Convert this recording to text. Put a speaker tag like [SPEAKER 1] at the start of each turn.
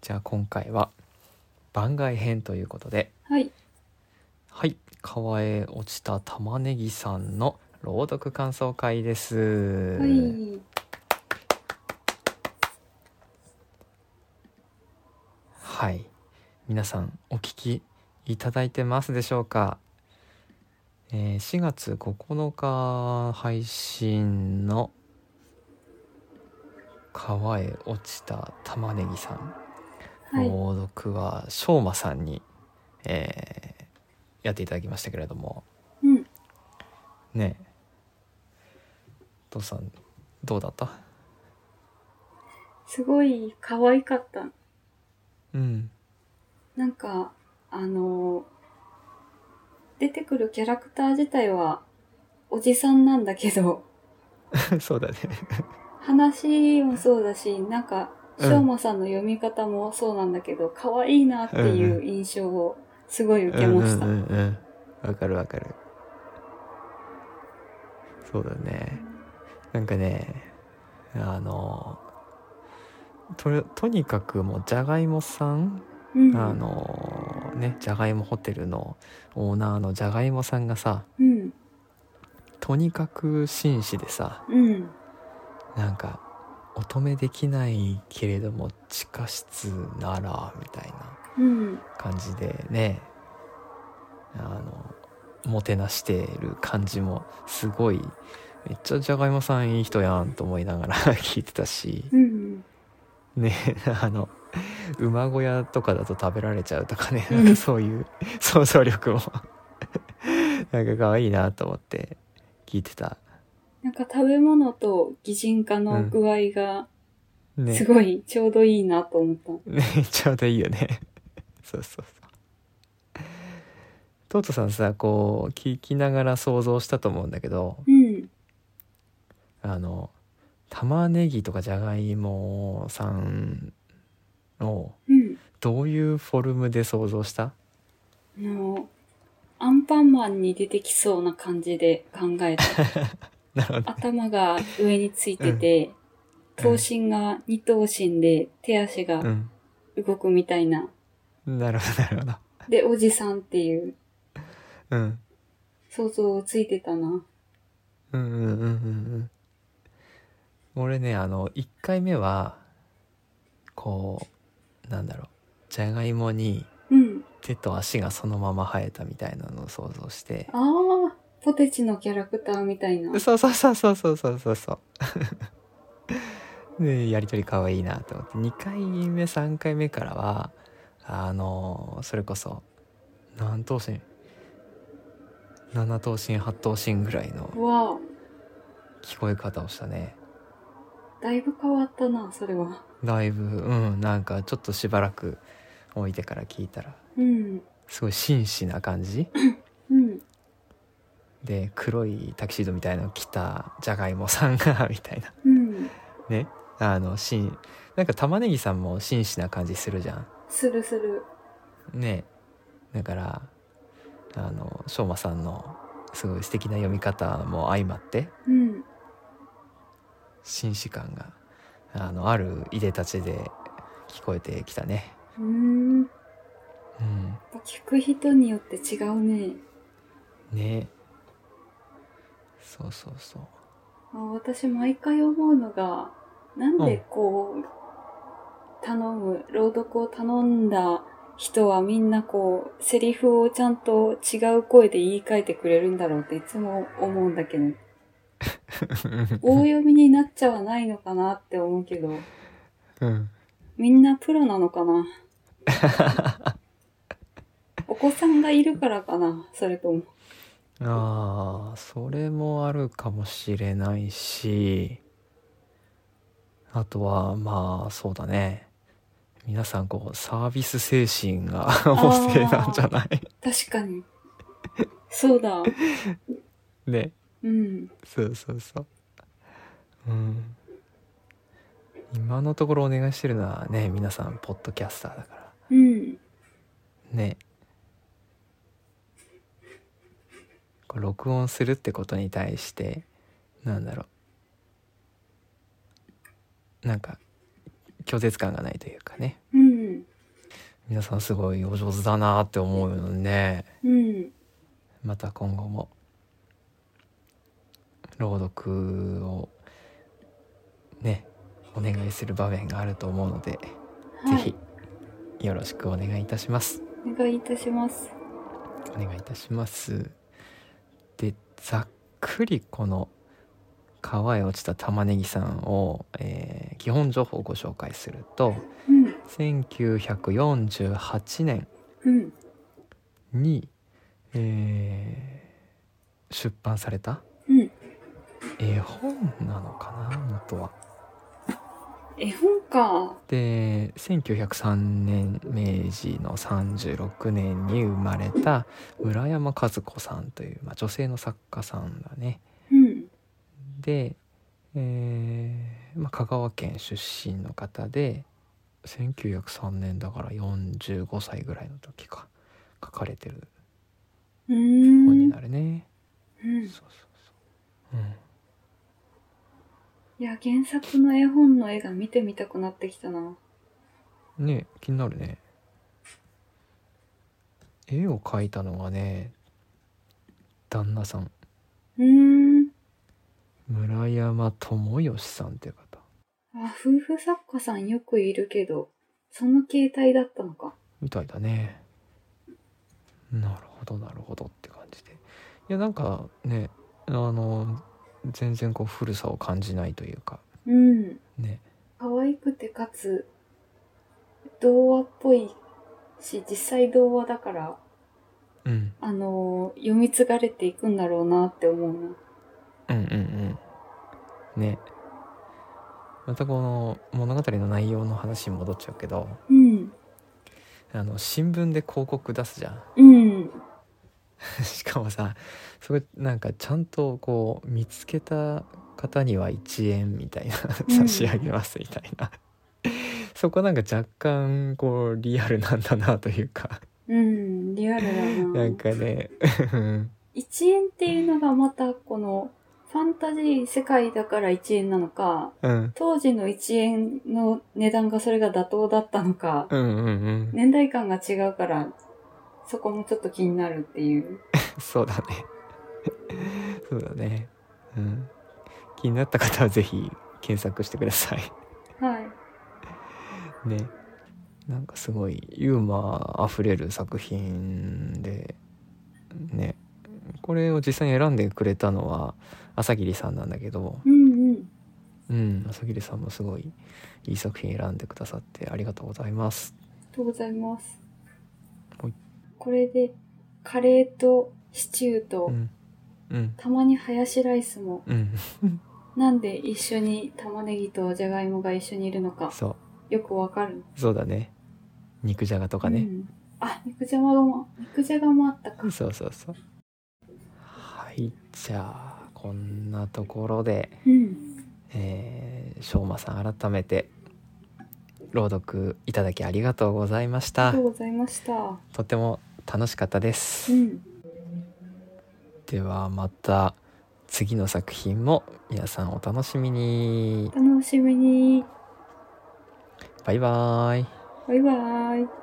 [SPEAKER 1] じゃあ今回は番外編ということで
[SPEAKER 2] はい。
[SPEAKER 1] はい川へ落ちた玉ねぎさんの朗読感想会です、
[SPEAKER 2] はい。
[SPEAKER 1] はい皆さんお聞きいただいてますでしょうか、えー4月9日配信の川へ落ちた玉ねぎさん
[SPEAKER 2] はい。
[SPEAKER 1] 朗読は昌磨さんに、えーやっていただきましたけれども
[SPEAKER 2] うん。
[SPEAKER 1] ねえお父さんどうだった
[SPEAKER 2] すごい可愛かった。
[SPEAKER 1] うん
[SPEAKER 2] なんか、あの、出てくるキャラクター自体はおじさんなんだけど、
[SPEAKER 1] そうだね
[SPEAKER 2] 話もそうだし、なんか、
[SPEAKER 1] うん
[SPEAKER 2] しょうまさんの読み方もそうなんだけど、可愛いなっていう印象をすごい受けました。
[SPEAKER 1] う
[SPEAKER 2] うん。
[SPEAKER 1] うんんうんうんわかるわかるそうだねなんかねあのととにかくもうじゃがいもさん、
[SPEAKER 2] うん。
[SPEAKER 1] あのねじゃがいもホテルのオーナーのじゃがいもさんがさ
[SPEAKER 2] うん。
[SPEAKER 1] とにかく紳士でさ
[SPEAKER 2] うん。
[SPEAKER 1] なんか乙女できないけれども地下室ならみたいな
[SPEAKER 2] うん。
[SPEAKER 1] 感じでねあのもてなしてる感じもすごいめっちゃじゃがいもさんいい人やんと思いながら 聞いてたし
[SPEAKER 2] うん。
[SPEAKER 1] ね あの馬小屋とかだと食べられちゃうとかね
[SPEAKER 2] うん
[SPEAKER 1] なんかそういう想像力も なんか可愛いなと思って聞いてた。
[SPEAKER 2] なんか食べ物と擬人化の具合が
[SPEAKER 1] ね
[SPEAKER 2] すごいちょうどいいなと思った。
[SPEAKER 1] ね ちょうどいいよねそうそうそうトートさんさこう聞きながら想像したと思うんだけど
[SPEAKER 2] うん。
[SPEAKER 1] あの玉ねぎとかじゃがいもさんを
[SPEAKER 2] うん。
[SPEAKER 1] どういうフォルムで想像した
[SPEAKER 2] あの、アンパンマンに出てきそうな感じで考えた。
[SPEAKER 1] なるほど
[SPEAKER 2] 頭が上についてて、頭身が二頭身で手足
[SPEAKER 1] う
[SPEAKER 2] が
[SPEAKER 1] ん
[SPEAKER 2] 動くみたいな。
[SPEAKER 1] なるほどなるほど
[SPEAKER 2] で、おじさんっていう
[SPEAKER 1] うん
[SPEAKER 2] 想像をついてた
[SPEAKER 1] う
[SPEAKER 2] な。
[SPEAKER 1] んうんうんうんうん俺ねあの1回目はこうなんだろうじゃがいもに
[SPEAKER 2] うん。
[SPEAKER 1] 手と足がそのまま生えたみたいなのを想像して
[SPEAKER 2] ああ、ポテチのキャラクターみたい な。
[SPEAKER 1] そうそうそうそうそうそうそうそう ねやりとりかわいいなと思って2回目3回目からはあのそれこそ何頭身7頭身8頭身ぐらいの
[SPEAKER 2] わあ、
[SPEAKER 1] 聞こえ方をしたね
[SPEAKER 2] だいぶ変わったな、それは。
[SPEAKER 1] だいぶうんなんかちょっとしばらく置いてから聞いたら
[SPEAKER 2] うん。
[SPEAKER 1] すごい紳士な感じ
[SPEAKER 2] うん。
[SPEAKER 1] で黒いタキシードみたいの着たじゃがいもさんがみたいな
[SPEAKER 2] うん。
[SPEAKER 1] ねあのしんなんか玉ねぎさんも紳士な感じするじゃ
[SPEAKER 2] するする。
[SPEAKER 1] んねだからあのしょうまさんのすごい素敵な読み方も相まって
[SPEAKER 2] うん。
[SPEAKER 1] 紳士感があのあるいでたちで聞こえてきたね
[SPEAKER 2] うーん。
[SPEAKER 1] うん
[SPEAKER 2] やっぱ聞く人によって違うね。
[SPEAKER 1] ねそうそうそう
[SPEAKER 2] あ私毎回思うのがなんでこう、頼む朗読を頼んだ人はみんなこうセリフをちゃんと違う声で言い換えてくれるんだろうっていつも思うんだけど大読みになっちゃわないのかなって思うけど
[SPEAKER 1] うん
[SPEAKER 2] みんなプロなのかなお子さんがいるからかなそれとも
[SPEAKER 1] ああそれもあるかもしれないしあとはまあそうだね皆さんこうサービス精神が 旺盛なんじゃない
[SPEAKER 2] 確かにそうだ
[SPEAKER 1] ね
[SPEAKER 2] うん
[SPEAKER 1] そうそうそううん今のところお願いしてるのはね皆さんポッドキャスターだから
[SPEAKER 2] うん
[SPEAKER 1] ねこう録音するってことに対してなんだろうなんか拒絶感がないというかね
[SPEAKER 2] うん
[SPEAKER 1] 皆さんすごいお上手だなって思うよね
[SPEAKER 2] うん。
[SPEAKER 1] また今後も朗読をねお願いする場面があると思うので、
[SPEAKER 2] は
[SPEAKER 1] ぜ
[SPEAKER 2] い。
[SPEAKER 1] ひよろしくお願いいたします
[SPEAKER 2] お願いいたします。
[SPEAKER 1] お願いいたしますでざっくりこの皮へ落ちた玉ねぎさんを、えー基本情報をご紹介すると
[SPEAKER 2] うん。
[SPEAKER 1] 1948年
[SPEAKER 2] うん。
[SPEAKER 1] に、えー出版された
[SPEAKER 2] うん。
[SPEAKER 1] 絵本なのかな元は。
[SPEAKER 2] 絵本か。
[SPEAKER 1] で1903年明治の36年に生まれた村山和子さんという、まあ、女性の作家さんだね。
[SPEAKER 2] うん。
[SPEAKER 1] で、えーまあ、香川県出身の方で1903年だから45歳ぐらいの時か書かれてる
[SPEAKER 2] うー
[SPEAKER 1] 本に
[SPEAKER 2] ん。
[SPEAKER 1] なるね。
[SPEAKER 2] うん。
[SPEAKER 1] そうそうそううん
[SPEAKER 2] いや、原作の絵本の絵が見てみたくなってきたな。
[SPEAKER 1] ね気になるね絵を描いたのがね旦那さん
[SPEAKER 2] うーん。
[SPEAKER 1] 村山智義さんっていう方
[SPEAKER 2] あ、夫婦作家さんよくいるけど、その形態だったのか。
[SPEAKER 1] みたいだねなるほどなるほどって感じでいやなんかねあの全然こう古さを感じないというか
[SPEAKER 2] うん。
[SPEAKER 1] ね
[SPEAKER 2] 可愛くてかつ、童話っぽいし、実際童話だから、
[SPEAKER 1] うん
[SPEAKER 2] あのー読み継がれていくんだろうなって思うな。
[SPEAKER 1] うんうんうんねまたこの物語の内容の話に戻っちゃうけど
[SPEAKER 2] うん。
[SPEAKER 1] あの新聞で広告出すじゃん
[SPEAKER 2] うん。
[SPEAKER 1] しかもさそれなんかちゃんとこう見つけた方には1円みたいな
[SPEAKER 2] うん
[SPEAKER 1] 差し上げますみたいな、そこなんか若干こうリアルなんだなというか
[SPEAKER 2] うん。リアルだ な。
[SPEAKER 1] なんかね
[SPEAKER 2] 一円っていうのがまたこのファンタジー世界だから一円なのか、
[SPEAKER 1] うん
[SPEAKER 2] 当時の一円の値段がそれが妥当だったのか、
[SPEAKER 1] うんうんうん
[SPEAKER 2] 年代感が違うから、そこもちょっと気になるっていう。
[SPEAKER 1] そうだねそうだねうん気になった方はぜひ検索してください
[SPEAKER 2] はい。
[SPEAKER 1] ねなんかすごいユーモアあふれる作品でねこれを実際に選んでくれたのは朝霧さんなんだけど
[SPEAKER 2] うんうん。
[SPEAKER 1] うん朝霧さんもすごいいい作品選んでくださってありがとうございます
[SPEAKER 2] ありがとうございます
[SPEAKER 1] はい。
[SPEAKER 2] これで、カレーとシチューと、
[SPEAKER 1] うんうん
[SPEAKER 2] たまにハヤシライスも、
[SPEAKER 1] うん
[SPEAKER 2] なんで一緒に玉ねぎとじゃがいもが一緒にいるのか、
[SPEAKER 1] そ
[SPEAKER 2] よくわかる。
[SPEAKER 1] うそうだね肉じゃがとか
[SPEAKER 2] う
[SPEAKER 1] ね、
[SPEAKER 2] んあ、肉じゃがも、肉じゃがもあったか。
[SPEAKER 1] そうそうそうはいじゃあこんなところで
[SPEAKER 2] うん。
[SPEAKER 1] えー、しょうまさん改めて朗読いただきありがとうございました
[SPEAKER 2] ありがとうございました。
[SPEAKER 1] とても楽しかったで
[SPEAKER 2] う
[SPEAKER 1] す、
[SPEAKER 2] ん。
[SPEAKER 1] ではまた次の作品も皆さんお楽しみに
[SPEAKER 2] 楽しみに。
[SPEAKER 1] バイバーイ
[SPEAKER 2] バイバーイ。